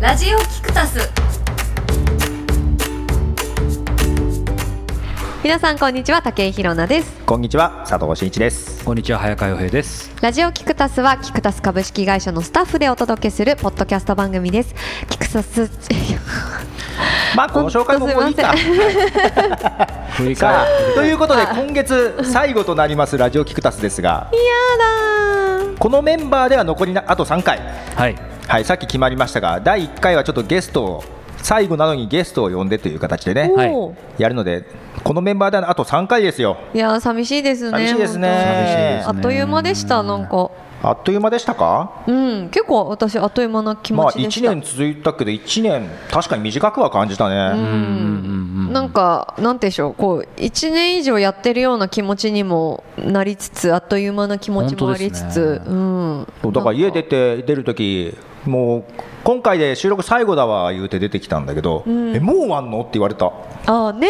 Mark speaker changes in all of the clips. Speaker 1: ラジオキクタス
Speaker 2: 皆さんこんにちは竹井ひろなです
Speaker 3: こんにちは佐藤真一です。
Speaker 4: こんにちは早川洋平です。
Speaker 2: ラジオキクタスはキクタス株式会社のスタッフでお届けするポッドキャスト番組ですキクタス
Speaker 3: まあこの紹介もここにいいか
Speaker 2: 本当。
Speaker 4: 振り
Speaker 3: さ
Speaker 4: 返
Speaker 3: あということで今月最後となりますラジオキクタスですが、
Speaker 2: やだ
Speaker 3: このメンバーでは残りなあと3回。
Speaker 4: はい
Speaker 3: はいさっき決まりましたが第1回はちょっとゲストを最後なのにゲストを呼んでという形でね
Speaker 2: ー、
Speaker 4: はい
Speaker 2: おー
Speaker 3: やるのでこのメンバーではあと3回ですよ。
Speaker 2: いやー寂しいですね
Speaker 3: 寂しいです
Speaker 2: 本
Speaker 3: ね
Speaker 2: 当。あっという間でしたなんか
Speaker 3: あっという間でしたか？
Speaker 2: うん結構私あっという間な気
Speaker 3: ま
Speaker 2: 持
Speaker 3: あ
Speaker 2: ちでし
Speaker 3: 1
Speaker 2: た、
Speaker 3: 年続いたけど1年確かに短くは感じたね。
Speaker 2: うんなんかなんていうんでしょうこう1年以上やってるような気持ちにもなりつつあっという間な気持ちもありつつ、
Speaker 4: 本当です
Speaker 2: うん
Speaker 3: そうだから家出て出る時もう今回で収録最後だわ言うて出てきたんだけど、えもう終わんのって言われた
Speaker 2: ああね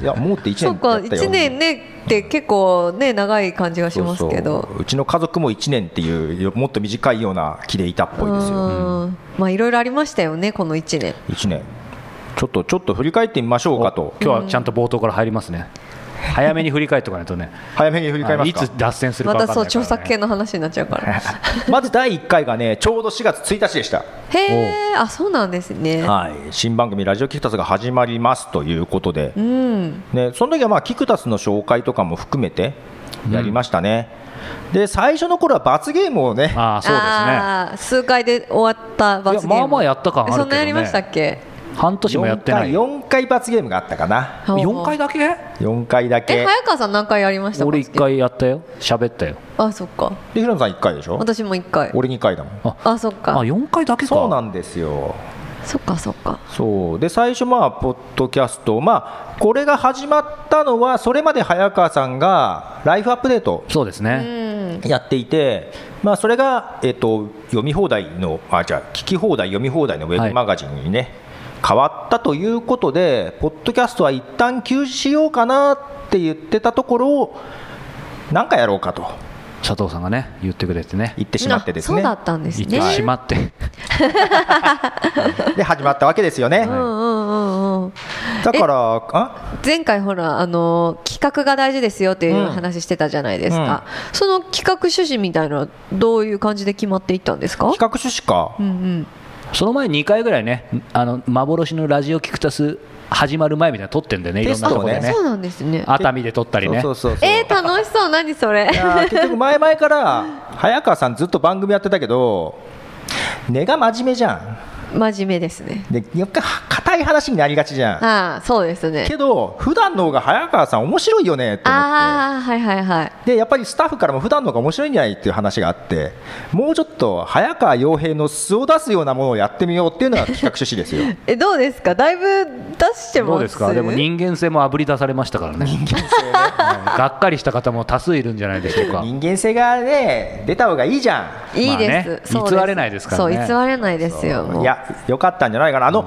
Speaker 2: え
Speaker 3: いやもうって1年
Speaker 2: そ
Speaker 3: だ
Speaker 2: う
Speaker 3: った
Speaker 2: か
Speaker 3: よ
Speaker 2: 1年ねって結構ね長い感じがしますけど
Speaker 3: そうそううちの家族も1年っていうよもっと短いような気でいたっぽいですよ
Speaker 2: うんまあいろいろありましたよねこの1年
Speaker 3: 1年ちょっとちょっと振り返ってみましょうかと
Speaker 4: 今日はちゃんと冒頭から入ります ね。早めに振り返っとかないとね。
Speaker 3: 早めに振り返ります
Speaker 4: あのいつ脱線する
Speaker 2: ま
Speaker 4: かわか
Speaker 2: た
Speaker 4: んない
Speaker 2: そ
Speaker 4: から、
Speaker 2: う著
Speaker 4: ね。
Speaker 2: 作権の話になっちゃうから
Speaker 3: かまず第1回がねちょうど4月1日でした
Speaker 2: へえあそうなんですね
Speaker 3: はい新番組「ラジオキクタス」が始まりますということで、
Speaker 2: うん
Speaker 3: ね、その時はまあキクタスの紹介とかも含めてやりましたね、で最初の頃は罰ゲームをね
Speaker 4: ああそうで
Speaker 2: あー数回で終わった罰ゲーム
Speaker 4: いやまあまあやった感あるけどね
Speaker 2: そんなやりましたっけ
Speaker 4: すね。半年もやってない。四
Speaker 3: 4回 ,4 回罰ゲームがあったかな
Speaker 2: ほうほう
Speaker 4: 回だけ？
Speaker 3: 4回だ
Speaker 2: え
Speaker 3: け
Speaker 2: 早川さん何回やりました
Speaker 4: 俺
Speaker 2: 罰
Speaker 4: 一
Speaker 2: ゲーム
Speaker 4: 回やったよ。喋ったよ。
Speaker 2: あそっか
Speaker 3: で平野さん1回でしょ
Speaker 2: 私も1回
Speaker 3: 俺2回だもん
Speaker 2: あそっか
Speaker 4: あ四回だけか。
Speaker 3: そうなんですよ
Speaker 2: そっかそっか
Speaker 3: そうで最初まあポッドキャストまあこれが始まったのはそれまで早川さんがライフアップデート
Speaker 4: そうです
Speaker 2: う
Speaker 4: ね。
Speaker 2: ん
Speaker 3: やっていて、まあ、それが、えっと読み放題のあじゃあ聞き放題読み放題のウェブマガジンにね、変わったということでポッドキャストは一旦休止しようかなって言ってたところを何かやろうかと
Speaker 4: 佐藤さんがね言ってくれてね。
Speaker 3: 言ってしまってで
Speaker 2: あ
Speaker 3: す
Speaker 2: そう
Speaker 3: ね
Speaker 2: だったんです
Speaker 4: 言
Speaker 2: ね
Speaker 4: ってしまって。
Speaker 3: で始まったわけですよね、
Speaker 2: うんうんうんうん
Speaker 3: だからあ
Speaker 2: 前回ほらあのー企画が大事ですよっていう話してたじゃないですか、その企画趣旨みたいなのはどういう感じで決まっていったんですか
Speaker 3: 企画趣旨か、
Speaker 2: うんうん
Speaker 4: その前二回ぐらいねあの幻のラジオキクタス始まる前みたいなの撮ってんだよね。いろんなとこで
Speaker 3: テスト
Speaker 4: ね
Speaker 2: そ。うなんですね
Speaker 4: 熱海で撮ったりね。
Speaker 3: そうそうそうそう
Speaker 2: えー、楽しそう何それ
Speaker 3: いやー結局前々から早川さんずっと番組やってたけど根が真面目じゃん
Speaker 2: 真面目ですね
Speaker 3: でやっぱ硬い話になりがちじゃん
Speaker 2: ああそうですね
Speaker 3: けど普段の方が早川さん面白いよねって思っ
Speaker 2: ああはいはいはい
Speaker 3: てでやっぱりスタッフからも普段の方が面白いんじゃないっていう話があってもうちょっと早川洋平の素を出すようなものをやってみようっていうのが企画趣旨で すよ
Speaker 2: えどうですかだいぶ出してます
Speaker 4: どうですかでも人間性もあぶり出されましたからねはいがっかりした方も多数いるんじゃないでしょうか
Speaker 3: 人間性がね出た方がいいじゃ
Speaker 2: いいです,、
Speaker 4: まあね
Speaker 2: そうです
Speaker 4: 偽れないですからね
Speaker 2: そう偽れないですよも
Speaker 3: ん
Speaker 2: う
Speaker 3: いやよかったんじゃないかなあの、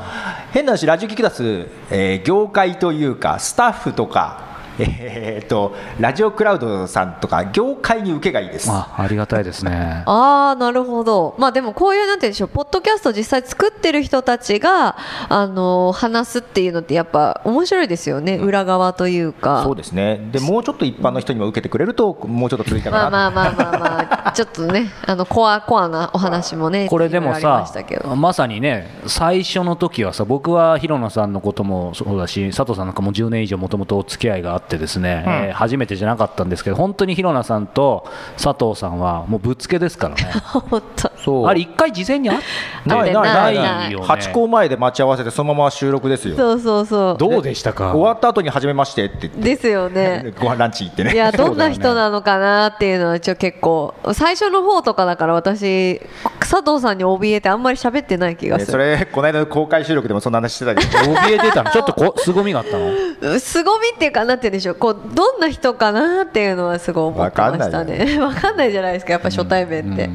Speaker 3: 変な話ラジオ聞き出す、えー業界というかスタッフとかえーっとラジオクラウドさんとか業界に受けがいいです
Speaker 4: あありがたいですね
Speaker 2: ああなるほど、まあ、でもこういうなんて言うんでしょうポッドキャスト実際作ってる人たちが、あのー話すっていうのってやっぱ面白いですよね裏側というか
Speaker 3: そうですねでもうちょっと一般の人にも受けてくれるともうちょっと続いた
Speaker 2: ま
Speaker 3: かなと
Speaker 2: あまあまあまあまあちょっとねあのコアコアなお話もね
Speaker 4: これでも
Speaker 2: いろいろありま
Speaker 4: さ
Speaker 2: したけど
Speaker 4: まさにね最初の時はさ僕は広野さんのこともそうだし佐藤さんなんかも10年以上もともとお付き合いがあってですね、えー初めてじゃなかったんですけど本当に広野さんと佐藤さんはもうぶっつけで すからね
Speaker 2: 本当
Speaker 3: そう
Speaker 4: あれ一回事前にあって
Speaker 3: ないないないない
Speaker 4: ないよね
Speaker 3: 八校前で待ち合わせてそのまま収録ですよ
Speaker 2: そうそうそう
Speaker 4: どうでしたか
Speaker 3: 終わった後に始めましてって言
Speaker 2: ですよ
Speaker 3: っ
Speaker 2: ね
Speaker 3: てご飯ランチ行ってね
Speaker 2: いやどんな人なのかなっていうのは一応結構最初の方とかだから私佐藤さんに怯えてあんまり喋ってない気が
Speaker 3: ね
Speaker 2: す
Speaker 3: そ
Speaker 2: る
Speaker 3: れこの間の公開収録でもそんな話してたけど
Speaker 4: 怯えてたのちょっとこ凄みがあったの
Speaker 2: う凄みっていうかなんて言うんでしょうこうどんな人かなっていうのはすごい思ってましたね わかんないじゃないですかやっぱ初対面って、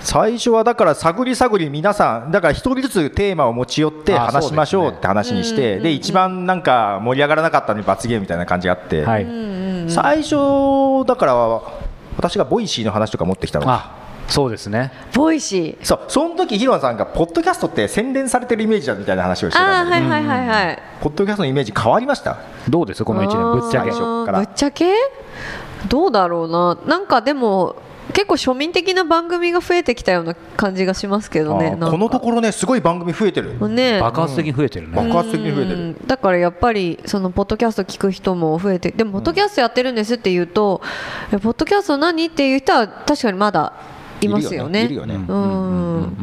Speaker 3: 最初はだから探り探り皆さんだから一人ずつテーマを持ち寄って
Speaker 4: あ
Speaker 3: 話しましょう
Speaker 4: そうですね
Speaker 3: って話にしてで,、一番なんか盛り上がらなかったのに罰ゲームみたいな感じがあって、
Speaker 4: はい
Speaker 3: 最初だから私がボイシーの話とか持ってきたの
Speaker 4: あそうですね
Speaker 2: ボイシー
Speaker 3: そうその時ヒロさんがポッドキャストって洗練されてるイメージだみたいな話をして
Speaker 2: あ
Speaker 3: た
Speaker 2: あ
Speaker 3: ん
Speaker 2: ー
Speaker 3: で、
Speaker 2: はいはいはいはい、
Speaker 3: ポッドキャストのイメージ変わりました
Speaker 4: どうですこの1年ぶっちゃけ
Speaker 2: あー
Speaker 3: 最初から
Speaker 2: ぶっちゃけどうだろうななんかでも結構庶民的な番組が増えてきたような感じがしますけどね
Speaker 3: あ
Speaker 2: な
Speaker 3: ー
Speaker 2: んか
Speaker 3: このところねすごい番組増えてる
Speaker 2: ね
Speaker 4: 爆発的に増えてるね、
Speaker 3: 爆発的に増えてる
Speaker 2: うんだからやっぱりそのポッドキャスト聞く人も増えてでもポッドキャストやってるんですって言うと、えポッドキャスト何っていう人は確かにまだいますよね
Speaker 3: いるよねいるよね
Speaker 2: うん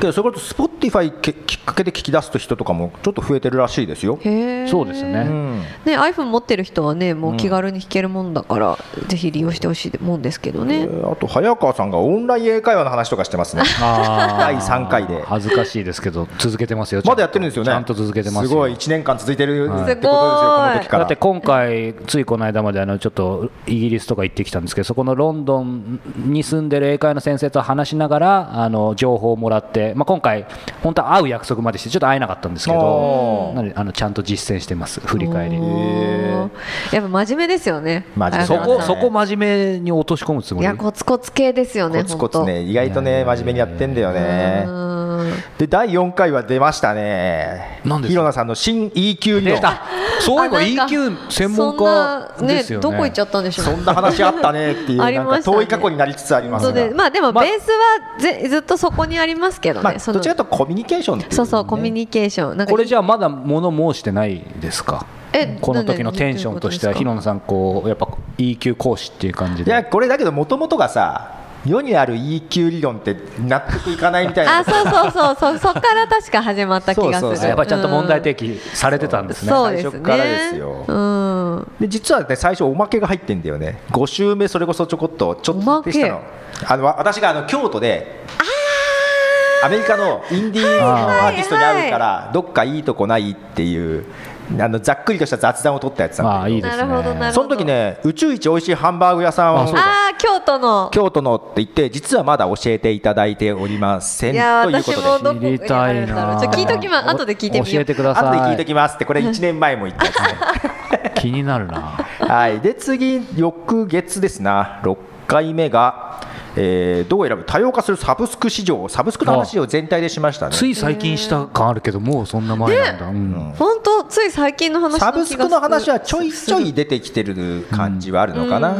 Speaker 3: けどそれこそ Spotify けきっかけで聞き出す人とかもちょっと増えてるらしいですよ、
Speaker 2: へー
Speaker 4: そうですね、
Speaker 3: うん、
Speaker 2: ね iPhone 持ってる人はねもう気軽に弾けるもんだから、ぜひ利用してほしいもんですけどね、
Speaker 3: えーあと早川さんがオンライン英会話の話とかしてま すね
Speaker 4: あー
Speaker 3: 第三回で
Speaker 4: 恥ずかしいですけど続けてますよ
Speaker 3: まだやってるんですよね
Speaker 4: ちゃんと続けてますよ
Speaker 3: すごい1年間続いてるってこと
Speaker 4: はい
Speaker 3: ですよこの時か
Speaker 4: だ
Speaker 3: ら
Speaker 4: って今回、ついこの間まであのちょっとイギリスとか行ってきたんですけど、そこのロンドンに住んでる英会話の先生と話しながら、あの情報をもらって、まあ、今回、本当は会う約束までして、ちょっと会えなかったんですけど
Speaker 3: おー、
Speaker 4: なのであのちゃんと実践してます、振り返り。
Speaker 2: おーやっぱ真面目ですよね
Speaker 3: 真面目
Speaker 4: そ
Speaker 2: 荒川
Speaker 4: こ
Speaker 2: さん
Speaker 4: そこ真面目に落とし込むつも
Speaker 2: い
Speaker 4: り
Speaker 2: やコツコツ系ですよね
Speaker 3: コツコツね意外とね真面目にやってんだよね
Speaker 2: 本
Speaker 3: で第4回は出ましたね
Speaker 4: 何ですか
Speaker 3: ヒロナさんの新 EQ 理
Speaker 4: 出
Speaker 3: 論
Speaker 4: た、そういえば
Speaker 2: あなんか
Speaker 4: EQ
Speaker 2: 当
Speaker 4: 専門家
Speaker 2: そんな
Speaker 4: ですよね。
Speaker 2: どこ行っちゃったんでしょう
Speaker 3: そんな話あったねってい う
Speaker 2: あ
Speaker 3: な
Speaker 2: り
Speaker 3: ん
Speaker 2: ま
Speaker 3: か
Speaker 2: したね
Speaker 3: 遠い過去になりつつあります
Speaker 2: そうで
Speaker 3: が
Speaker 2: まあでも
Speaker 4: まあ
Speaker 2: ベースはぜずっとそこにありますけど
Speaker 3: ま
Speaker 2: ね
Speaker 3: あ
Speaker 2: そ
Speaker 3: ど
Speaker 2: の
Speaker 3: ちらかというとコミュニケーションっていね
Speaker 2: そうそうコミュニケーションなんか
Speaker 4: これじゃあまだ物申してないですか
Speaker 2: え
Speaker 4: この時のテンションとしては
Speaker 2: どう
Speaker 4: ひ
Speaker 2: いうことですか
Speaker 4: ろ野さんこうやっぱ EQ 講師っていう感じ
Speaker 3: いや
Speaker 4: で
Speaker 3: これだけどもともとがさ世にある EQ 理論って納得いかないみたいな
Speaker 2: あそうそうそうそうそ っから確か始まった気がす
Speaker 3: そう
Speaker 2: る
Speaker 3: そうそう
Speaker 4: やっぱりちゃんと問題
Speaker 2: 的
Speaker 4: 提起されてたんですね
Speaker 2: そうですね
Speaker 3: 最初からですよ
Speaker 2: うん
Speaker 3: で実はね最初おまけが入ってんだよね5週目それこそちょこっとちょっ
Speaker 2: おま
Speaker 3: と
Speaker 2: け
Speaker 3: でしたのあのわ私があの京都でアメリカのインディーアーティストに会うからどっかいいとこないっていうあのざっくりとした雑談を取ったやつなんだけど
Speaker 4: まあいいです
Speaker 2: な
Speaker 4: ね
Speaker 2: るほどなるほど
Speaker 3: その時ね宇宙一美味しいハンバーグ屋さん
Speaker 4: あ
Speaker 3: を
Speaker 4: そうだ
Speaker 2: ああ京都の
Speaker 3: 京都のって言って実はまだ教えていただいておりません
Speaker 2: いやー
Speaker 3: というこ
Speaker 2: 私も
Speaker 3: とで
Speaker 2: どこにあるんだろうちょっと聞いときます後で聞いてみよう
Speaker 4: 教えてくだ
Speaker 3: 後で
Speaker 4: さ
Speaker 3: 聞
Speaker 4: い
Speaker 3: いてきますってこれ1年前も言ったやつね
Speaker 4: 気になるな
Speaker 3: はいで次翌月ですな6回目が、えーどう選ぶ多様化するサブスク市場サブスクの話を全体でしましたね
Speaker 4: つい最近した感あるけどもうそんな前なんだ、うん
Speaker 2: 本当つい最近の話の気が
Speaker 3: サ
Speaker 2: する
Speaker 3: ブスクの話はちょいちょい出てきてる感じはあるのかな、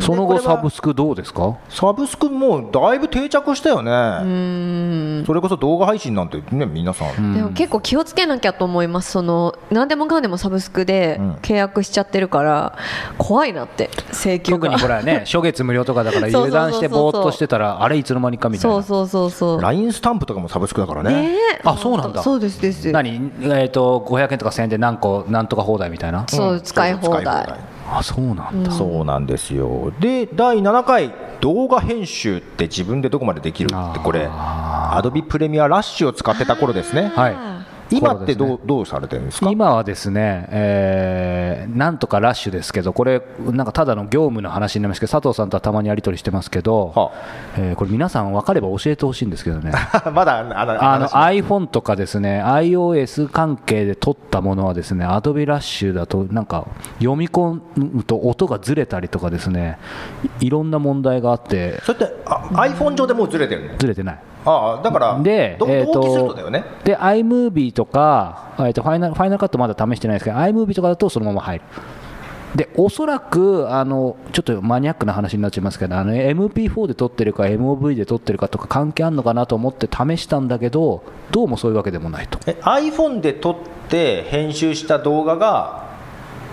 Speaker 4: その
Speaker 3: でこ
Speaker 4: 後
Speaker 3: れ
Speaker 4: サ
Speaker 3: は
Speaker 4: ブスクどうですか
Speaker 3: サブスクもうだいぶ定着したよねそれこそ動画配信なんてね皆さん、
Speaker 2: でも結構気をつけなきゃと思いますその何でもかんでもサブスクで
Speaker 3: ん
Speaker 2: 契約しちゃってるから怖いなって請求
Speaker 4: 特
Speaker 2: が
Speaker 4: にほらね初月無料とかだから
Speaker 2: そうそう
Speaker 4: 油
Speaker 2: そうそう
Speaker 4: 断してぼーっとしてたらあれいつの間にかみたい
Speaker 2: そう
Speaker 4: な
Speaker 2: そうそうそう
Speaker 3: LINE スタンプとかもサブスクだからね
Speaker 2: ねえ
Speaker 4: あそうなんだ
Speaker 2: そうですです
Speaker 4: 何えっ、と500円とか1000円で何個なんとか放題みたいな
Speaker 2: そう、
Speaker 3: うん
Speaker 2: 使い放題
Speaker 3: 使い放題
Speaker 4: あそうなんだ、
Speaker 3: そうなんですよで第7回動画編集って自分でどこまでできるってこれアドビプレミアラッシュを使ってた頃ですね
Speaker 4: はい
Speaker 3: 今ってどう,、
Speaker 4: 頃
Speaker 3: どうされてるんですか
Speaker 4: 今はですね、えーなんとかラッシュですけど、これ、なんかただの業務の話になりますけど、佐藤さんとはたまにやり取りしてますけど、
Speaker 3: は
Speaker 4: えーこれ、皆さん分かれば教えてほしいんですけどね、
Speaker 3: まだあのあの
Speaker 4: あの
Speaker 3: 話
Speaker 4: iPhone とかですね、iOS 関係で撮ったものは、ですね Adobe ラッシュだと、なんか読み込むと音がずれたりとかですね、いいろんな問題があって、
Speaker 3: それってあ iPhone 上でもうずれてるの
Speaker 4: ずれてない。
Speaker 3: ああだから
Speaker 4: で、
Speaker 3: ど
Speaker 4: えー
Speaker 3: 同期するとだよね
Speaker 4: で iMovie とか、えー、とファイナルファイナルカットまだ試してないですけど iMovie とかだとそのまま入るでおそらくあのちょっとマニアックな話になっちゃいますけどあの MP4 で撮ってるか MOV で撮ってるかとか関係あるのかなと思って試したんだけどどうもそういうわけでもないと
Speaker 3: え iPhone で撮って編集した動画が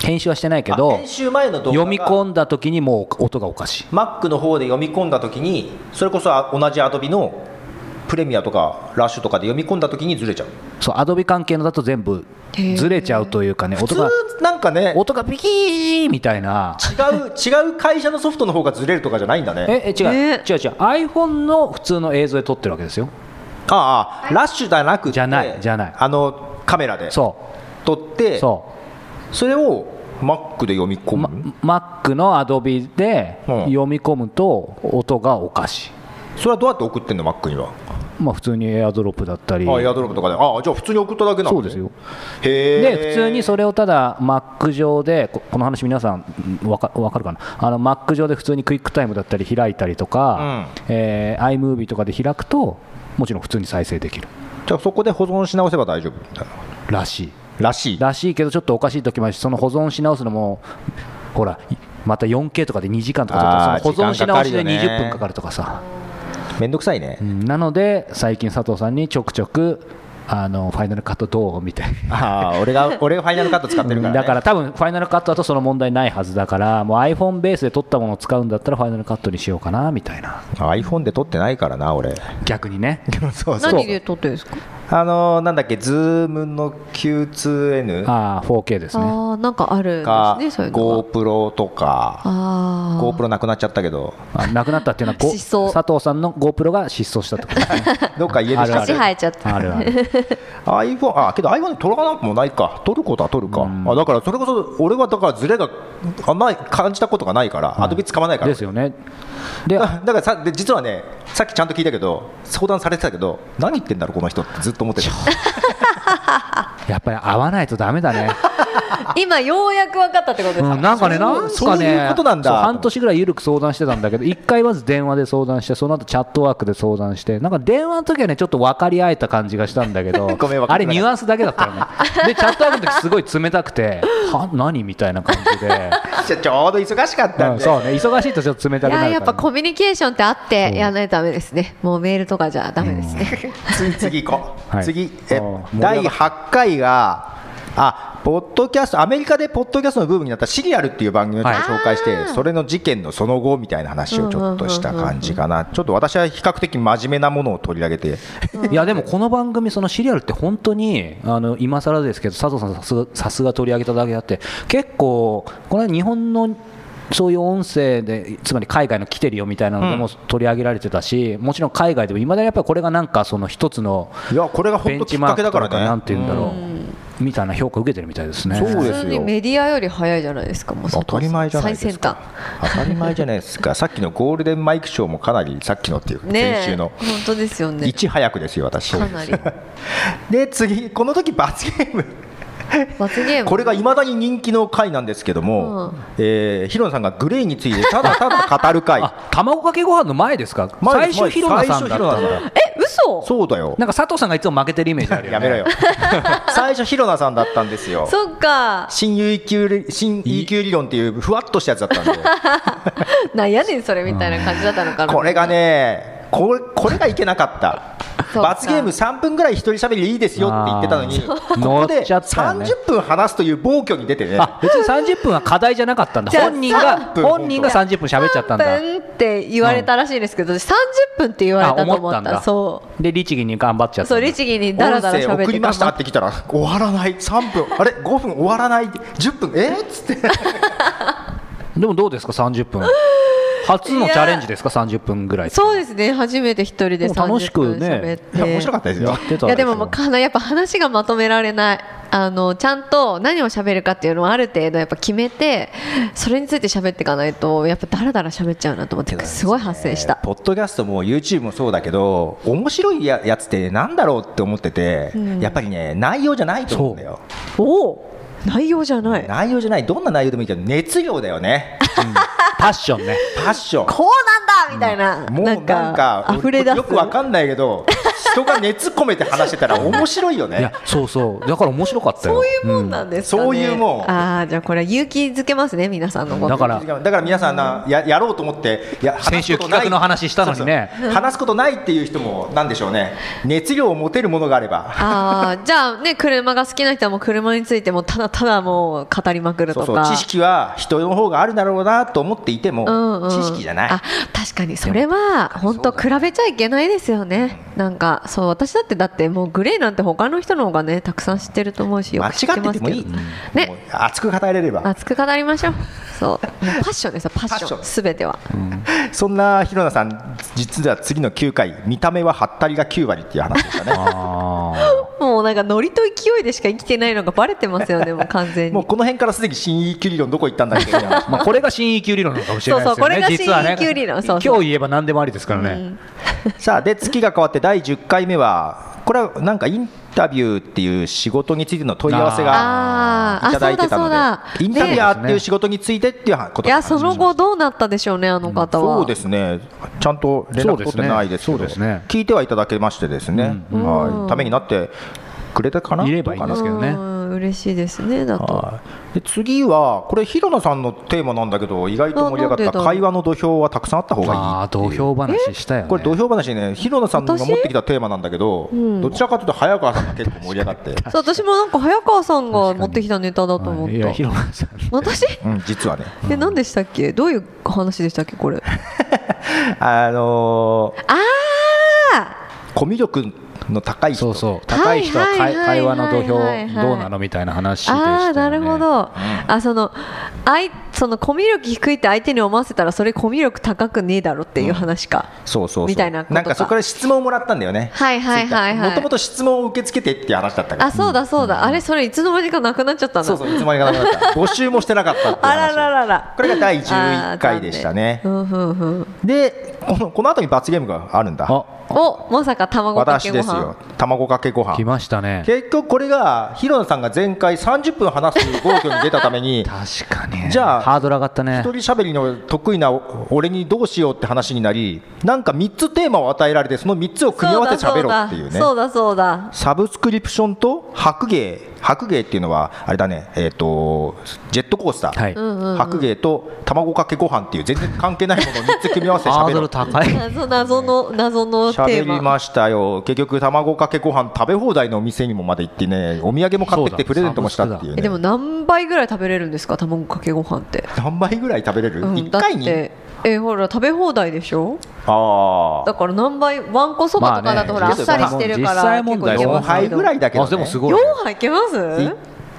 Speaker 4: 編集はしてないけ
Speaker 3: あ
Speaker 4: ど
Speaker 3: 編集前の動画が
Speaker 4: 読み込んだ時にもう音がおかしい
Speaker 3: Mac の方で読み込んだときにそれこそあ同じ Adobe のプレミアとかラッシュとかで読み込んだときにずれちゃう
Speaker 4: そう Adobe 関係のだと全部ずれちゃうというかね
Speaker 3: 普
Speaker 4: 音が
Speaker 3: 通なんかね
Speaker 4: 音がビキーみたいな
Speaker 3: 違 う違う会社のソフトの方がずれるとかじゃないんだね
Speaker 4: ええ違う、
Speaker 2: ね
Speaker 4: 違う違う iPhone の普通の映像で撮ってるわけですよ
Speaker 3: ああああラッシュじゃなくて
Speaker 4: じゃないじゃない
Speaker 3: あのカメラで
Speaker 4: そ
Speaker 3: 撮って
Speaker 4: う
Speaker 3: そ
Speaker 4: そ
Speaker 3: れを Mac で読み込
Speaker 4: う、
Speaker 3: む、
Speaker 4: ま、Mac の Adobe で
Speaker 3: うん
Speaker 4: 読み込むと音がおかしい
Speaker 3: それはどうやって送ってんの Mac には
Speaker 4: まあ、普通にエアドロップだったり、
Speaker 3: あエアドロップとかであじゃあ普通に送っただけなん
Speaker 4: そうですよ
Speaker 3: へえ
Speaker 4: で普通にそれをただ Mac 上でここの話皆さんわかわかるかなあの Mac 上で普通にクイックタイムだったり開いたりとか、えー iMovie とかで開くともちろん普通に再生できる
Speaker 3: じゃあそこで保存し直せば大丈夫みたいな
Speaker 4: らしい
Speaker 3: らしい
Speaker 4: らしいけどちょっとおかしい時もあるしその保存し直すのもほらいまた 4K とかで2時間とかちょっと
Speaker 3: あー
Speaker 4: その保存し直しで
Speaker 3: 時間かかるよね
Speaker 4: 20分かかるとかさ
Speaker 3: めんどくさいね、
Speaker 4: うんなので最近佐藤さんにちょくちょくあのファイナルカットどうみたいな
Speaker 3: ああ俺 が俺がファイナルカット使ってるから、ね、
Speaker 4: だから多分ファイナルカットだとその問題ないはずだからもう iPhone ベースで撮ったものを使うんだったらファイナルカットにしようかなみたいな
Speaker 3: iPhone で撮ってないからな 俺
Speaker 4: 逆にね
Speaker 3: そう
Speaker 2: 何で撮ってるんですか
Speaker 3: あのーなんだっけズームの Q2N
Speaker 4: ああ 4K ですね
Speaker 2: ああなんかあるん
Speaker 3: か
Speaker 2: ですねそういうのが
Speaker 3: GoPro とか
Speaker 2: あー
Speaker 3: GoPro なくなっちゃった けど
Speaker 4: あなくなったっていうのはご
Speaker 2: 失踪
Speaker 4: 佐藤さんの GoPro が失踪したってことです ね
Speaker 3: どっか家でし
Speaker 4: あ
Speaker 2: 足
Speaker 4: る
Speaker 2: 生えちゃった
Speaker 4: あるある
Speaker 3: iPhone あけど iPhone で撮らなくもないか撮ることは撮るか、あだからそれこそ俺はだからズレがあんまり感じたことがないから、アドビ使わないから
Speaker 4: ですよねで
Speaker 3: あ だからさで実はねさっきちゃんと聞いたけど相談されてたけど何言ってんだろうこの人ってずっと思ってた
Speaker 4: やっぱり合わないとダメだね、
Speaker 2: 今ようやく分かったってことです
Speaker 4: う
Speaker 2: か
Speaker 4: ん、なんかね
Speaker 3: そうう
Speaker 4: ない
Speaker 3: ん
Speaker 4: かね
Speaker 3: そういうことなんだ
Speaker 4: そう半年ぐらい緩く相談してたんだけど一回まず電話で相談してその後チャットワークで相談してなんか電話の時はねちょっと分かり合えた感じがしたんだけ
Speaker 3: ご
Speaker 4: ど
Speaker 3: めん分かっ
Speaker 4: あ
Speaker 3: て
Speaker 4: れ
Speaker 3: なかった
Speaker 4: ニュアンスだけだった のねでチャットワークの時すごい冷たくては何みたいな感じ で、
Speaker 3: ちょちょうど忙しかっ
Speaker 4: う
Speaker 3: たん
Speaker 4: ん
Speaker 3: で、
Speaker 4: そうね忙しいとちょっと冷た
Speaker 2: い
Speaker 4: くなる
Speaker 2: や
Speaker 4: から、
Speaker 2: やっぱコミュニケーションってあってやらないとダメですねもうメールとかじゃダメですね、
Speaker 3: 次次行こう、
Speaker 4: はい
Speaker 3: 次え
Speaker 4: あー
Speaker 3: 第8回があポッドキャストアメリカでポッドキャストのブームになったシリアルっていう番組をちょっと
Speaker 2: はい
Speaker 3: 紹介して、
Speaker 2: あー
Speaker 3: それの事件のその後みたいな話をちょっとした感じかな、ちょっと私は比較的真面目なものを取り上げて、
Speaker 4: いやでもこの番組そのシリアルって本当にあの今更ですけど佐藤さんさすがさすが取り上げただけあって結構これは日本のそういう音声でつまり海外の来てるよみたいなのでも取り上げられてたし、もちろん海外でもいまだにやっぱりこれがなんかその一つの
Speaker 3: いやこれが本
Speaker 4: ベン
Speaker 3: 当き
Speaker 4: チ
Speaker 3: っ
Speaker 4: マ
Speaker 3: か
Speaker 4: ー
Speaker 3: け
Speaker 4: ク
Speaker 3: だ
Speaker 4: と
Speaker 3: から
Speaker 4: かな
Speaker 3: ね
Speaker 4: んて言うんだろうみたいな評価受けてるみたいですね。
Speaker 3: そうですよ
Speaker 2: 普通にメディアより早いじゃないですかもう
Speaker 3: 当たり前じゃないですか当たり前じゃないですかさっきのゴールデンマイク賞もかなりさっきのっていうか
Speaker 2: 最先端ねえ
Speaker 3: 先週の
Speaker 2: 本当ですよね
Speaker 3: いち早くですよ私
Speaker 2: かなり
Speaker 3: で次この時罰ゲーム
Speaker 2: 罰ゲーム
Speaker 3: これがいまだに人気の回なんですけども、
Speaker 2: うん
Speaker 3: えー、ヒロナさんがグレーについてただただ語る回
Speaker 4: あ卵かけご飯の前ですか
Speaker 3: 前で
Speaker 4: 最
Speaker 3: す
Speaker 4: 初ヒロナさんだ
Speaker 3: 最初
Speaker 4: った
Speaker 3: ヒロナさんだ
Speaker 2: え嘘
Speaker 3: そうだよ
Speaker 4: なんか佐藤さんがいつも負けてるイメージある
Speaker 3: や
Speaker 4: よね
Speaker 3: め ろよ最初ヒロナさんだったんですよ
Speaker 2: そっか
Speaker 3: 新 EQ 理新 EQ 理論っていうふわっとしたやつだったんで
Speaker 2: なんやねんそれみたいな感じだったのかな
Speaker 3: これがねこれこれがいけなかった
Speaker 2: そうか
Speaker 3: 罰ゲーム3分ぐらい一人喋りでいいですよって言ってたのに
Speaker 4: あ
Speaker 3: こ
Speaker 4: ー
Speaker 3: こ
Speaker 4: 乗
Speaker 3: で
Speaker 4: っちゃったよね
Speaker 3: 30分話すという暴挙に出てね
Speaker 4: あ別に30分は課題じゃなかったんだ
Speaker 2: じゃあ
Speaker 4: 本人が
Speaker 3: 3分
Speaker 4: 本人が30分喋っちゃったんだ
Speaker 2: 3分って言われたらしいですけど、私30分って言われたと思った
Speaker 4: あ思ったんだ
Speaker 2: そ
Speaker 4: で律儀に頑張っちゃ
Speaker 2: う
Speaker 4: った
Speaker 2: そ
Speaker 4: んだ
Speaker 2: う律儀にダラ
Speaker 3: 音
Speaker 2: ダラ
Speaker 3: 声
Speaker 2: 喋っ
Speaker 3: 送
Speaker 2: て
Speaker 3: りましたって来たら終わらない3分あれ5分終わらない10分えっつって
Speaker 4: でもどうですか30分初のチャレンジですか30分ぐらい
Speaker 2: そうですね初めて一人で
Speaker 4: でも楽し
Speaker 2: 30分
Speaker 4: くね
Speaker 2: 喋って、
Speaker 3: いや面白かったです
Speaker 4: や
Speaker 3: よ
Speaker 4: ってたんですよ
Speaker 2: いやでももうかなやっぱ話がまとめられないあのちゃんと何を喋るかっていうのをある程度やっぱ決めてそれについて喋っていかないとやっぱダラダラ喋っちゃうなと思ってすごい発生した、
Speaker 3: ポッドキャストも YouTube もそうだけど面白いややつってなんだろうって思ってて、やっぱりね内容じゃないと思うんだよ
Speaker 2: おお内容じゃない
Speaker 3: 内容じゃないどんな内容でもいいけど熱量だよね
Speaker 4: パッションね
Speaker 3: パッ ション
Speaker 2: こうなんだみたいな、
Speaker 3: もうなんか
Speaker 2: 溢れ出す
Speaker 3: よくわかんないけど人が熱込めて話してたら面白いよ
Speaker 4: い
Speaker 3: ね
Speaker 4: やそうそうだから面白かったよ
Speaker 2: そういうもんなんですかね、
Speaker 3: うんそういうもん
Speaker 2: ああじゃあこれは勇気づけますね皆さんのこと
Speaker 4: だから
Speaker 3: だから皆さんなややろうと思っていや
Speaker 4: 先
Speaker 3: 話す
Speaker 4: 週
Speaker 3: ことない
Speaker 4: 企画の話したのにね
Speaker 3: そうそう話すことないっていう人もなんでしょうね熱量を持てるものがあれば
Speaker 2: ああじゃあね車が好きな人はもう車についてもうただただもう語りまくる
Speaker 3: そ
Speaker 2: と
Speaker 3: う
Speaker 2: か
Speaker 3: そう知識は人の方があるだろうなと思っていても、
Speaker 2: うんうん
Speaker 3: 知識じゃない
Speaker 2: あ確かにそれは本当比べちゃいけないですよねなんかそう私だってだってもうグレーなんて他の人の方がねたくさん知ってると思うしよ
Speaker 3: 間違
Speaker 2: く知って
Speaker 3: っ
Speaker 2: ま
Speaker 3: てて
Speaker 2: す
Speaker 3: も
Speaker 2: け
Speaker 3: いい、
Speaker 2: ど
Speaker 3: もう
Speaker 2: ね
Speaker 3: 熱く語れれば
Speaker 2: 熱く語りましょうそうパッションですよパッシ
Speaker 3: パッシ
Speaker 2: ョ
Speaker 3: ョ
Speaker 2: ン
Speaker 3: ン
Speaker 2: すべては
Speaker 3: そんな広野さん実は次の9回見た目はハったりが9割っていう話でし たね
Speaker 4: あー
Speaker 2: もうなんかノリと勢いでしか生きてないのがバレてますよねもう完全
Speaker 3: もう
Speaker 2: に
Speaker 3: この辺からすでに新 EQ 理論どこ行ったんだっけ
Speaker 4: まあこれが新 EQ 理論なのかもしれないで
Speaker 2: そう
Speaker 4: すよね
Speaker 2: そうこれが
Speaker 4: 実はね
Speaker 2: 新 EQ 理論そうそう
Speaker 4: 今日言えば何でもありですからね、
Speaker 3: さあで月が変わって第10回目はこれはなんかインタビューっていう仕事についての問い合わせが
Speaker 2: あー
Speaker 3: いただいてた
Speaker 2: あそうだ
Speaker 3: の
Speaker 2: そう
Speaker 3: で
Speaker 2: だ
Speaker 3: インタビュアーっていう仕事についてっていうこと
Speaker 2: いやその後どうなったでしょうねあの方は、
Speaker 3: そうですねちゃんと連絡取ってないですけど
Speaker 4: そうですね
Speaker 3: 聞いてはいただけましてですね、
Speaker 2: うん
Speaker 3: はい、ためになってくれたかない
Speaker 4: ればいいんですけどね
Speaker 2: うん嬉しいですねだと
Speaker 3: はい、で次は、これ、広野さんのテーマなんだけど、意外と盛り上がっ
Speaker 2: あなんで
Speaker 3: た
Speaker 2: だ
Speaker 3: 会話の土俵はたくさんあった方がいい
Speaker 4: ああ
Speaker 3: っていう
Speaker 4: 土俵話したよね
Speaker 3: これ、土俵話ね、広野さんが持
Speaker 2: 私
Speaker 3: ってきたテーマなんだけど、
Speaker 2: ん
Speaker 3: どちらかというと早川さんが結構盛り上がって、
Speaker 2: そう私もなんか早川さんが持ってきたネタだと思
Speaker 4: は
Speaker 2: っ
Speaker 4: いいや
Speaker 2: た
Speaker 4: 広野さん
Speaker 2: 私
Speaker 3: うん、実 はね、
Speaker 2: え何でしたっけどういう話でしたっけこれ
Speaker 3: あのー
Speaker 2: あ
Speaker 3: コミュ力の高い人
Speaker 4: そうそう高い人は
Speaker 2: はい
Speaker 4: 会
Speaker 2: はい
Speaker 4: 会話の土俵どう
Speaker 2: はいはいはい
Speaker 4: なのみたいな話でしたよね
Speaker 2: ああなるほど、あそのあいそのコミュ力低いって相手に思わせたらそれコミュ力高くねえだろっていう話か、
Speaker 3: そうそうそう
Speaker 2: みたいなことか
Speaker 3: んかそこから質問をもらったんだよね、
Speaker 2: はいはいはいはい
Speaker 3: もともと質問を受け付けてっていう話だったから
Speaker 2: あ、そうだそうだ、あれそれいつの間にかなくなっちゃったんだ
Speaker 3: そうそう、いつまにかなく なった、募集もしてなかったっていう話
Speaker 2: あらららら
Speaker 3: これが第11回でしたね
Speaker 2: あ。ー残念うんうんうん
Speaker 3: でこのこの後に罰ゲームがあるんだ
Speaker 4: あ
Speaker 2: おまさか卵かけ
Speaker 3: 私
Speaker 2: ご
Speaker 3: です
Speaker 2: 飯
Speaker 3: よ卵かけご飯
Speaker 4: 来ましたね
Speaker 3: 結局これが広野さんが前回30分話す暴挙に出たために
Speaker 4: 確かに
Speaker 3: じゃあ
Speaker 4: ハードル上がったね
Speaker 3: 一人喋りの得意な俺にどうしようって話になりなんか3つテーマを与えられてその3つを組み合わせて喋ろうっていうね
Speaker 2: そうだそうだ
Speaker 3: サブスクリプションと白芸白芸っていうのはあれだねえっ、とジェットコースター、
Speaker 4: はい
Speaker 3: 白芸と卵かけご飯っていう全然関係ないものを3つ組み合わせて
Speaker 4: ハー
Speaker 3: 喋
Speaker 4: ド
Speaker 3: ろうっ
Speaker 4: ル
Speaker 3: ていう
Speaker 4: 高い
Speaker 2: 謎謎の謎のテ
Speaker 3: 喋
Speaker 2: ー
Speaker 3: り
Speaker 2: マ
Speaker 3: ましたよ結局卵かけご飯食べ放題のお店にもまで行ってねお土産も買ってきてプレゼントもしたっていう
Speaker 2: え
Speaker 3: ね
Speaker 2: でも何倍ぐらい食べれるんですか卵かけご飯って、
Speaker 3: 何倍ぐらい食べれる、
Speaker 2: うん、
Speaker 3: 1回に
Speaker 2: だってえほら食べ放題でしょ
Speaker 3: あ
Speaker 2: だから何倍わんこそばとかだとほらあ
Speaker 4: ま
Speaker 2: っ
Speaker 4: あね
Speaker 2: さりしてるから
Speaker 4: 実際問題
Speaker 2: 結構いけ
Speaker 3: あ
Speaker 4: は
Speaker 3: 4
Speaker 2: ます
Speaker 3: 杯
Speaker 2: けど
Speaker 3: ぐらいだけど、ね、
Speaker 4: あでもすごい
Speaker 2: 4杯いけます
Speaker 3: い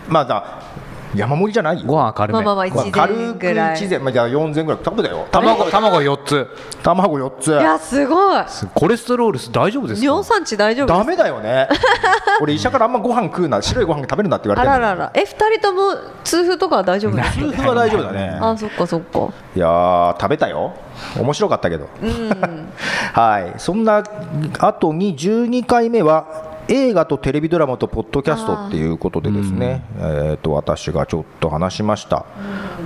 Speaker 3: まあだ山盛りじゃないよ
Speaker 4: ご飯明るめ
Speaker 2: まあまあまあ
Speaker 3: まあ
Speaker 2: 1
Speaker 3: 軽
Speaker 2: 膳
Speaker 3: く
Speaker 2: ぐらい
Speaker 3: 1
Speaker 2: い
Speaker 3: 膳、まあ、じゃあ4膳ぐらい食べたよ
Speaker 4: 卵卵4つ
Speaker 3: 卵4つ
Speaker 2: やすごい
Speaker 4: コレステロールす大丈夫です
Speaker 2: 尿
Speaker 4: か
Speaker 2: 酸値大丈夫ですか
Speaker 3: ダメだよね俺医者からあんまご飯食うな白いご飯食べるなって言わ
Speaker 2: あ
Speaker 3: れて
Speaker 2: ら
Speaker 3: る
Speaker 2: らら、え、二人とも痛風とかは大丈夫です
Speaker 3: 痛風は大丈夫だね
Speaker 2: あ、そっかそっか。
Speaker 3: いやー食べたよ面白かったけど、 はいそんな後に12回目は映画とテレビドラマとポッドキャストっていうことでですね、えー、と私がちょっと話しました、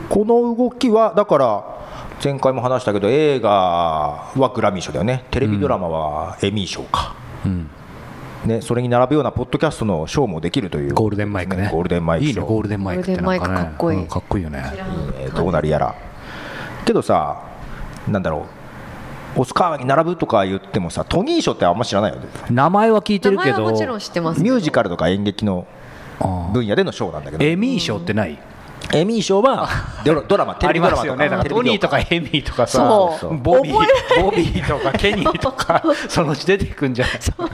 Speaker 3: この動きはだから前回も話したけど映画はグラミー賞だよねテレビドラマはエミー賞か、
Speaker 4: うん
Speaker 3: ね、それに並ぶようなポッドキャストの賞もできるという
Speaker 4: ゴールデンマイクね
Speaker 3: ゴールデンマイク賞
Speaker 4: いいねゴールデンマイクってなん
Speaker 2: ゴールデンマイクかっ
Speaker 4: か
Speaker 2: こい
Speaker 4: ね
Speaker 2: い
Speaker 4: うんかっこいいよね
Speaker 3: えーどうなるやらけどさなんだろうオスカーに並ぶとか言ってもさトニー賞ってあんま知らないよね
Speaker 4: 名前は聞いて
Speaker 2: 名
Speaker 4: る
Speaker 2: 前
Speaker 4: け
Speaker 2: は
Speaker 4: ど
Speaker 2: もちろん知ってます。
Speaker 3: ミュージカルとか演劇の
Speaker 4: あー
Speaker 3: 分野での賞なんだけど
Speaker 4: エミー賞ってない
Speaker 3: エミー賞 はドラドラマテ
Speaker 4: あ
Speaker 3: レ
Speaker 4: り
Speaker 3: ビド
Speaker 4: ま
Speaker 3: ラマと
Speaker 4: すよ
Speaker 3: か,、
Speaker 4: ねだから
Speaker 3: テ
Speaker 4: ト
Speaker 3: レビ
Speaker 4: ニー
Speaker 3: 業
Speaker 4: と
Speaker 3: 界
Speaker 4: かエミーとかさ
Speaker 2: そう
Speaker 3: そう
Speaker 4: ボビーボビーとかケニーとかそのうち出てくんじゃないですか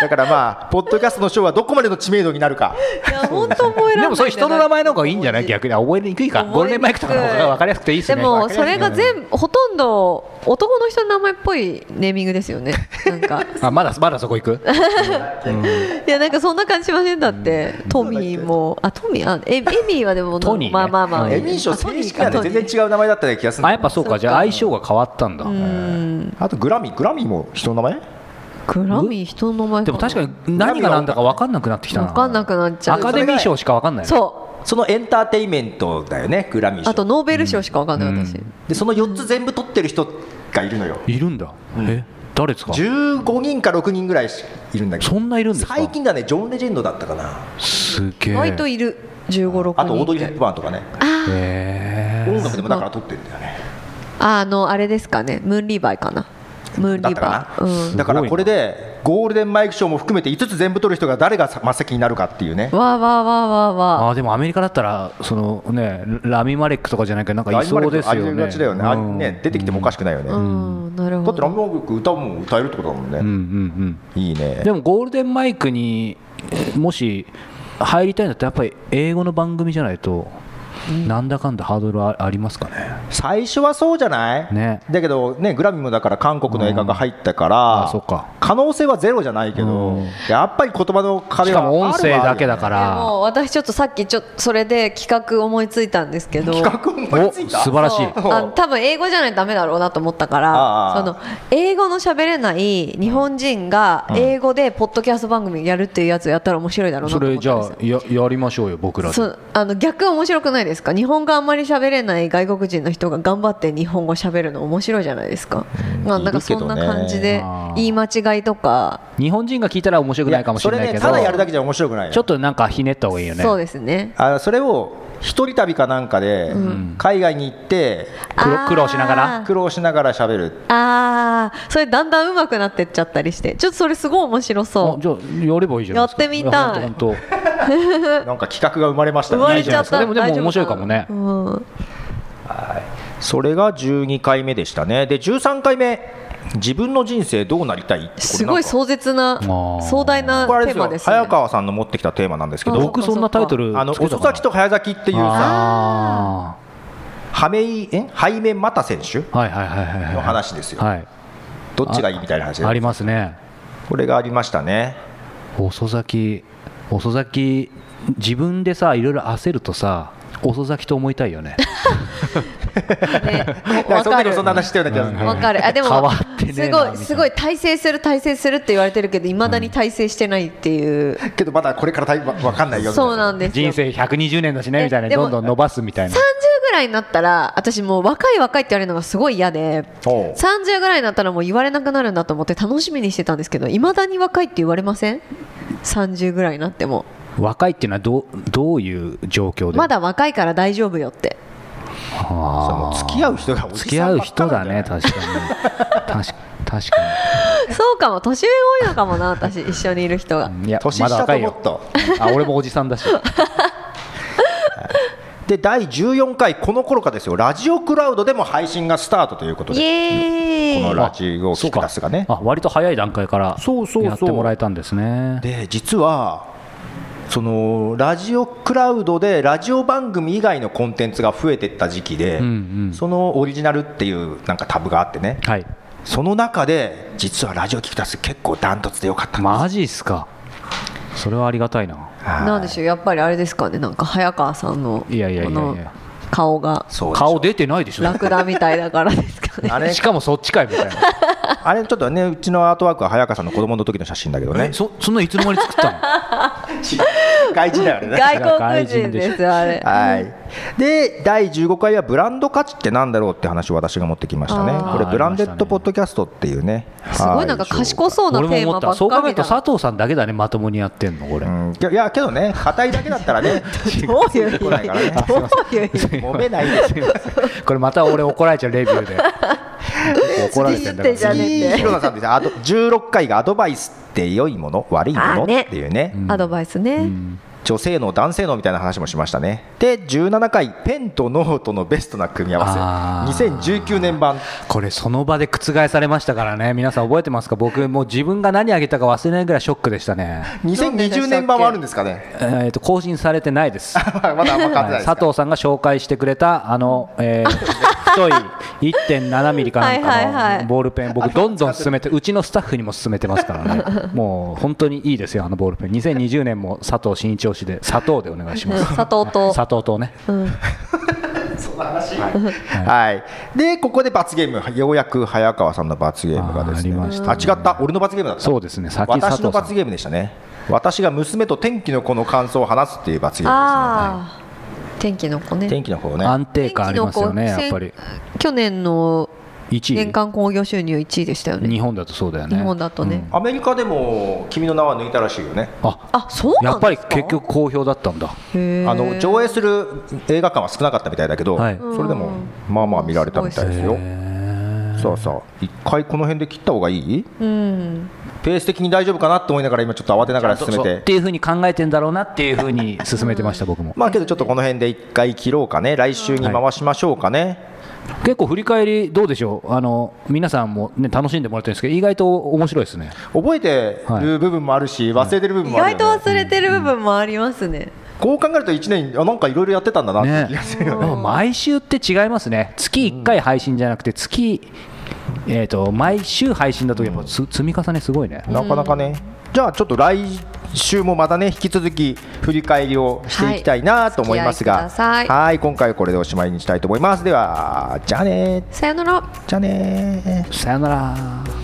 Speaker 3: だからまあポッドキャストの賞はどこまでの知名度になるか
Speaker 2: いや、本当覚えられない。
Speaker 4: でもそれ人の名前の方がいいんじゃない逆に覚えにくいかゴールデンマイクとかの方が分かりやすくていいです
Speaker 2: で
Speaker 4: ね
Speaker 2: も、それが全部、ほとんど男の人の名前っぽいネーミングですよね。なんか。
Speaker 4: あまだまだそこ行く
Speaker 2: いや、なんかそんな感じしませんだって。トミーも、あ、トミー、あ、エエミーはでも、
Speaker 4: トニーね
Speaker 2: まあまあまあ。
Speaker 3: エミー賞
Speaker 2: あトニー
Speaker 3: 正式
Speaker 2: か
Speaker 3: なんで
Speaker 2: トニー
Speaker 3: 全然違う名前だったような気がするん
Speaker 4: あ
Speaker 3: だ
Speaker 4: やっぱそうかじゃあ相性が変わったんだ
Speaker 3: あとグラミーグラミーも人の名前
Speaker 2: グラミー人の名前な
Speaker 4: でも確かに何が何だか分かんなくなってきたな
Speaker 2: わかんなくなっちゃ
Speaker 4: アカ
Speaker 2: う。
Speaker 4: デミー賞しか分かんない
Speaker 2: そ
Speaker 3: そのエンターテインメントだよねグラミー
Speaker 2: う。
Speaker 3: 賞
Speaker 2: あと、ノーベル賞しかわかんない、私。
Speaker 3: でその4つ全部取ってる人がいるのよ
Speaker 4: いるんだえ誰ですか
Speaker 3: 15人か6人ぐらいいるんだけど
Speaker 4: そんないるんですか
Speaker 3: 最近だねジョン・レジェンドだったかな
Speaker 4: すげえ
Speaker 2: 割といる。15、6人。
Speaker 3: あとオードリー・ヘップバーンとかね
Speaker 4: へ
Speaker 3: 音
Speaker 4: え
Speaker 3: 楽でもだから撮ってるんだよね
Speaker 2: ああのあれですかねムーンリーバイかなムーンリ
Speaker 3: だ
Speaker 2: ー
Speaker 3: ったか
Speaker 2: バ
Speaker 3: な、
Speaker 2: イ、うん、
Speaker 3: だからこれでゴールデンマイク賞も含めて5つ全部取る人が誰が真っ先になるかっていうね
Speaker 2: わあわあわあわあわあ
Speaker 4: あーでもアメリカだったらそのねラミマレックとかじゃないけどなんかいそうです
Speaker 3: あり
Speaker 4: よ
Speaker 3: が
Speaker 4: ね
Speaker 3: ちだよね,、あ
Speaker 4: うん
Speaker 3: ね出てきてもおかしくないよね、
Speaker 2: うんなる
Speaker 3: だ
Speaker 2: ほ
Speaker 3: ってラ
Speaker 2: ど
Speaker 3: ミマグ歌も歌えるってことだもんね、
Speaker 4: うんうん
Speaker 3: いい
Speaker 4: うん
Speaker 3: ね
Speaker 4: でもゴールデンマイクにもし入りたいんだったらやっぱり英語の番組じゃないとなんだかんだハードルはありますかね。
Speaker 3: 最初はそうじゃない、
Speaker 4: ね
Speaker 3: だけど、ね、グラミーもだから韓国の映画が入ったから、
Speaker 4: うんあそうか
Speaker 3: 可能性はゼロじゃないけど、
Speaker 4: うん
Speaker 3: やっぱり言葉の
Speaker 4: し
Speaker 3: 壁は
Speaker 4: かも音声だけだ
Speaker 3: ら
Speaker 4: から。
Speaker 2: もう私ちょっとさっきちょっとそれで企画思いついたんですけど
Speaker 3: 企画思い
Speaker 4: お
Speaker 3: つ
Speaker 4: 素
Speaker 3: いた
Speaker 4: 晴らしい。
Speaker 2: そうあの多分英語じゃないとダメだろうなと思ったか
Speaker 3: あ
Speaker 2: ら
Speaker 3: あ
Speaker 2: その英語の喋れない日本人が英語でポッドキャスト番組やるっていうやつをやったら面白いだろうな
Speaker 4: そ
Speaker 2: と思
Speaker 4: れ
Speaker 2: っ
Speaker 4: じ
Speaker 2: たん
Speaker 4: ゃ
Speaker 2: です
Speaker 4: あややりましょうよ僕らで。
Speaker 2: そうあの逆面白くないですか日本があんまり喋れない外国人の人が頑張って日本語喋るの面白いじゃないですか、まあ、なんかそんない
Speaker 3: るけどね
Speaker 2: 感じで
Speaker 4: あー
Speaker 2: 言い間違いとか
Speaker 4: 日本人が聞いたら面白くないかもしれないけど。
Speaker 3: それねただやるだけじゃ面白くないよ
Speaker 4: ちょっとなんかひねった方がいいよね。
Speaker 2: そうですね
Speaker 3: あそれを一人旅かなんかで海外に行って
Speaker 4: 苦労
Speaker 2: あー
Speaker 4: 苦労しながら
Speaker 3: 苦労しながら喋る
Speaker 2: ああそれだんだん上手くなってっちゃったりしてちょっとそれすごい面白
Speaker 4: あ
Speaker 2: そ
Speaker 4: じゃあやればいいじゃないですか。
Speaker 2: やってみたい
Speaker 4: 本当。
Speaker 3: なんか企画が生まれまし
Speaker 2: う
Speaker 3: た
Speaker 2: 生ま
Speaker 3: ね
Speaker 2: れちゃった
Speaker 4: いいじゃないですかでもでも
Speaker 2: 大丈夫
Speaker 4: 面白いかもね
Speaker 2: うん
Speaker 3: それが12回目でしたねで13回目自分の人生どうなりたいって
Speaker 2: すごい
Speaker 3: こ
Speaker 2: 壮絶な
Speaker 4: ー
Speaker 2: 壮大な
Speaker 3: れなんかこれあれ
Speaker 2: テー
Speaker 3: です
Speaker 2: マ
Speaker 3: よ
Speaker 2: ですね
Speaker 3: 早川さんの持ってきたテーマなんですけ
Speaker 2: あ
Speaker 3: ど
Speaker 4: 僕そんなタイトル
Speaker 3: あの
Speaker 4: つけた
Speaker 3: 遅
Speaker 4: かな
Speaker 3: 咲きと早咲きっていうさ
Speaker 4: あ
Speaker 3: 亀井え背面又選手
Speaker 4: あはいはいはいはいはい
Speaker 3: の話ですよ
Speaker 4: はい
Speaker 3: どっちがいいみたいな話
Speaker 4: あり
Speaker 3: で
Speaker 4: ますね
Speaker 3: これがありましたね
Speaker 4: 遅咲き遅咲き自分でさいろいろ焦るとさ遅咲きと思いたいよね
Speaker 2: ね
Speaker 3: なんか
Speaker 2: わ
Speaker 3: その
Speaker 2: か
Speaker 3: 時も
Speaker 2: る
Speaker 3: そんな話したような気がする
Speaker 4: うん
Speaker 2: わかるあでも
Speaker 4: 変わってねえ
Speaker 2: す
Speaker 4: なみた
Speaker 2: ご
Speaker 4: いない
Speaker 2: すごい体制する体制するって言われてるけどいまだに体制してないっていう、
Speaker 3: けどまだこれからタイわかんないよみたい
Speaker 2: そうなんですよ
Speaker 4: 人生120年だしね
Speaker 2: え
Speaker 4: みたいな
Speaker 2: でも
Speaker 4: どんどん伸ばすみたいな
Speaker 2: 30ぐらいになったら私もう若い若いって言われるのがすごい嫌で
Speaker 3: おう
Speaker 2: 30ぐらいになったらもう言われなくなるんだと思って楽しみにしてたんですけどいまだに若いって言われません30ぐらいになっても
Speaker 4: 若いっていうのはどうどういう状況で
Speaker 2: まだ若いから大丈夫よって
Speaker 3: そ
Speaker 4: あ
Speaker 3: の
Speaker 4: ー
Speaker 3: 付き合う人がおじ
Speaker 4: 付き
Speaker 3: さ
Speaker 4: 合
Speaker 3: んばっ
Speaker 4: う
Speaker 3: か
Speaker 4: 人
Speaker 3: な
Speaker 4: だ
Speaker 3: んじゃない
Speaker 4: ね確かに確か確か
Speaker 2: そうかも年上多いのかもな私一緒にいる人が
Speaker 4: にいや
Speaker 3: 年
Speaker 4: まだ
Speaker 3: 下
Speaker 4: 若
Speaker 3: と
Speaker 4: い
Speaker 3: も
Speaker 4: よ
Speaker 3: っと
Speaker 4: あ俺もおじさんだし
Speaker 3: で第14回この頃からですよラジオクラウドでも配信がスタートということ
Speaker 2: イ
Speaker 3: で
Speaker 2: エ
Speaker 3: この
Speaker 2: ーイ
Speaker 3: ラジオを聞くタスがね
Speaker 4: あ割と早い段階から
Speaker 3: そうそうそう
Speaker 4: やってもらえたんですね
Speaker 3: で実はそのラジオクラウドでラジオ番組以外のコンテンツが増えてった時期で、
Speaker 4: うんうん
Speaker 3: そのオリジナルっていうなんかタブがあってね
Speaker 4: はい
Speaker 3: その中で実はラジオ聞き出す結構ダントツでよかったんです
Speaker 4: マジっすかそれはありがたいな
Speaker 3: はい
Speaker 2: なんでしょうやっぱりあれですかねなんか早川さんの
Speaker 4: いやいやいやいや
Speaker 2: この顔が
Speaker 3: そうでしょ
Speaker 4: 顔出てないでしょ
Speaker 2: ラクダみたいだからですか ね
Speaker 3: あ れ
Speaker 4: しかもそっちかいみ たいな
Speaker 3: あれちょっとねうちのアートワークは早川さんの子供の時の写真だけどね
Speaker 4: えそそんないつの間に作ったの
Speaker 3: 外人だよね
Speaker 2: 外国人ですあれ
Speaker 3: はい、で第15回はブランド価値ってなんだろうって話を私が持ってきましたね
Speaker 2: あー
Speaker 3: これブランデッド
Speaker 4: ありましたね
Speaker 3: ポッドキャストっていうね
Speaker 2: すごいなんか賢そうな
Speaker 4: 俺も
Speaker 2: テー
Speaker 4: 思
Speaker 2: マ
Speaker 4: っ
Speaker 2: ば
Speaker 4: た
Speaker 2: っか
Speaker 4: そう考え
Speaker 2: り
Speaker 4: ると
Speaker 2: だ
Speaker 4: 佐藤さんだけだねまともにやってんのこれ、
Speaker 3: うんいやいやけどね硬いだけだったらね
Speaker 2: どういう意味
Speaker 3: 来ないからね
Speaker 2: どういう意味
Speaker 3: 揉めないですよ
Speaker 4: これまた俺怒られちゃうレビューで 怒られてんだか
Speaker 2: ディスってじゃ
Speaker 4: ら
Speaker 2: ねえんだよ
Speaker 3: 次広田さんですあと16回がアドバイスって良いもの悪いもの
Speaker 2: あ
Speaker 3: っ
Speaker 2: ね
Speaker 3: ていうね
Speaker 2: アドバイスね
Speaker 3: 女性の男性のみたいな話もしましたねで17回ペンとノートのベストな組み合
Speaker 4: あ
Speaker 3: わせ
Speaker 4: ー
Speaker 3: 2019年版
Speaker 4: これその場で覆されましたからね皆さん覚えてますか僕もう自分が何あげたか忘れないぐらいショックでしたね
Speaker 3: 2020年版はあるんですかね
Speaker 4: えーと更新されてないです
Speaker 3: まだあんま変わってないですか
Speaker 4: 佐藤さんが紹介してくれたあの、えー太い1.7ミリかなん
Speaker 2: はいはい
Speaker 4: か
Speaker 2: は
Speaker 4: の
Speaker 2: い
Speaker 4: ボールペン僕どんどん進めてうちのスタッフにも進めてますからねもう本当にいいですよあのボールペン2020年も佐藤新一押しで佐藤でお願いし
Speaker 2: うん
Speaker 4: ます
Speaker 2: 佐藤と
Speaker 4: 佐藤とね
Speaker 3: はい、でここで罰ゲームようやく早川さんの罰ゲームがですね
Speaker 4: あーありました
Speaker 3: あ違った俺の罰ゲームだった
Speaker 4: そうですね先佐藤
Speaker 3: 私
Speaker 4: さん
Speaker 3: の罰ゲームでしたね私が娘と天気の子の感想を話すっていう罰ゲーム
Speaker 2: ああ天気の子
Speaker 3: ですね天
Speaker 2: ね
Speaker 3: 気の子をね
Speaker 4: 安定感ありますよ
Speaker 2: 天
Speaker 4: ね
Speaker 2: 気の子
Speaker 4: やっぱり
Speaker 2: 去年の
Speaker 4: 1
Speaker 2: 年
Speaker 4: 位
Speaker 2: 間興行収入1位でしたよね
Speaker 4: 日本だとそうだよね
Speaker 2: 日本だとね
Speaker 3: アメリカでも君の名は抜いたらしいよね
Speaker 4: あ
Speaker 2: あそう
Speaker 4: や
Speaker 2: な
Speaker 4: っ
Speaker 2: ん
Speaker 4: ぱ
Speaker 2: で
Speaker 4: り
Speaker 2: すか
Speaker 4: 結局好評だったんだ
Speaker 2: へー
Speaker 3: あの上映する映画館は少なかったみたいだけど、
Speaker 4: はい
Speaker 3: それでもまあまあ見られたみたいですよそうそう一回この辺で切った方がいい
Speaker 2: うん
Speaker 3: ペース的に大丈夫かなと思いながら今ちょっと慌てながら進め
Speaker 4: そう
Speaker 3: て
Speaker 4: っていうふうに考えてんだろうなっていうふうに進めてました僕も
Speaker 3: まあけどちょっとこの辺で一回切ろうかね来週に回しましょうかね、
Speaker 4: 結構振り返りどうでしょうあの皆さんも、ね、楽しんでもらってるんですけど意外と面白いですね
Speaker 3: 覚えてる部分もあるし、忘れてる部分
Speaker 2: 意
Speaker 3: もある
Speaker 2: 外
Speaker 3: よ、
Speaker 2: と忘
Speaker 3: ね
Speaker 2: れてる部分もありますね
Speaker 3: こう考えると1年あなんかいろいろやってたんだなって気がするよね
Speaker 4: あ毎週って違いますね月1回配信じゃなくて月、えー、と毎週配信だとやっぱつ積み重ねすごいね、
Speaker 3: なかなかね、じゃあちょっと来週もまたね引き続き振り返りをしていきたいなと思います
Speaker 2: はい
Speaker 3: が、
Speaker 2: お付き合いくださ
Speaker 3: はい今回はこれでおしまいにしたいと思いますではじゃあね
Speaker 2: さよなら
Speaker 3: じゃあね
Speaker 4: さよなら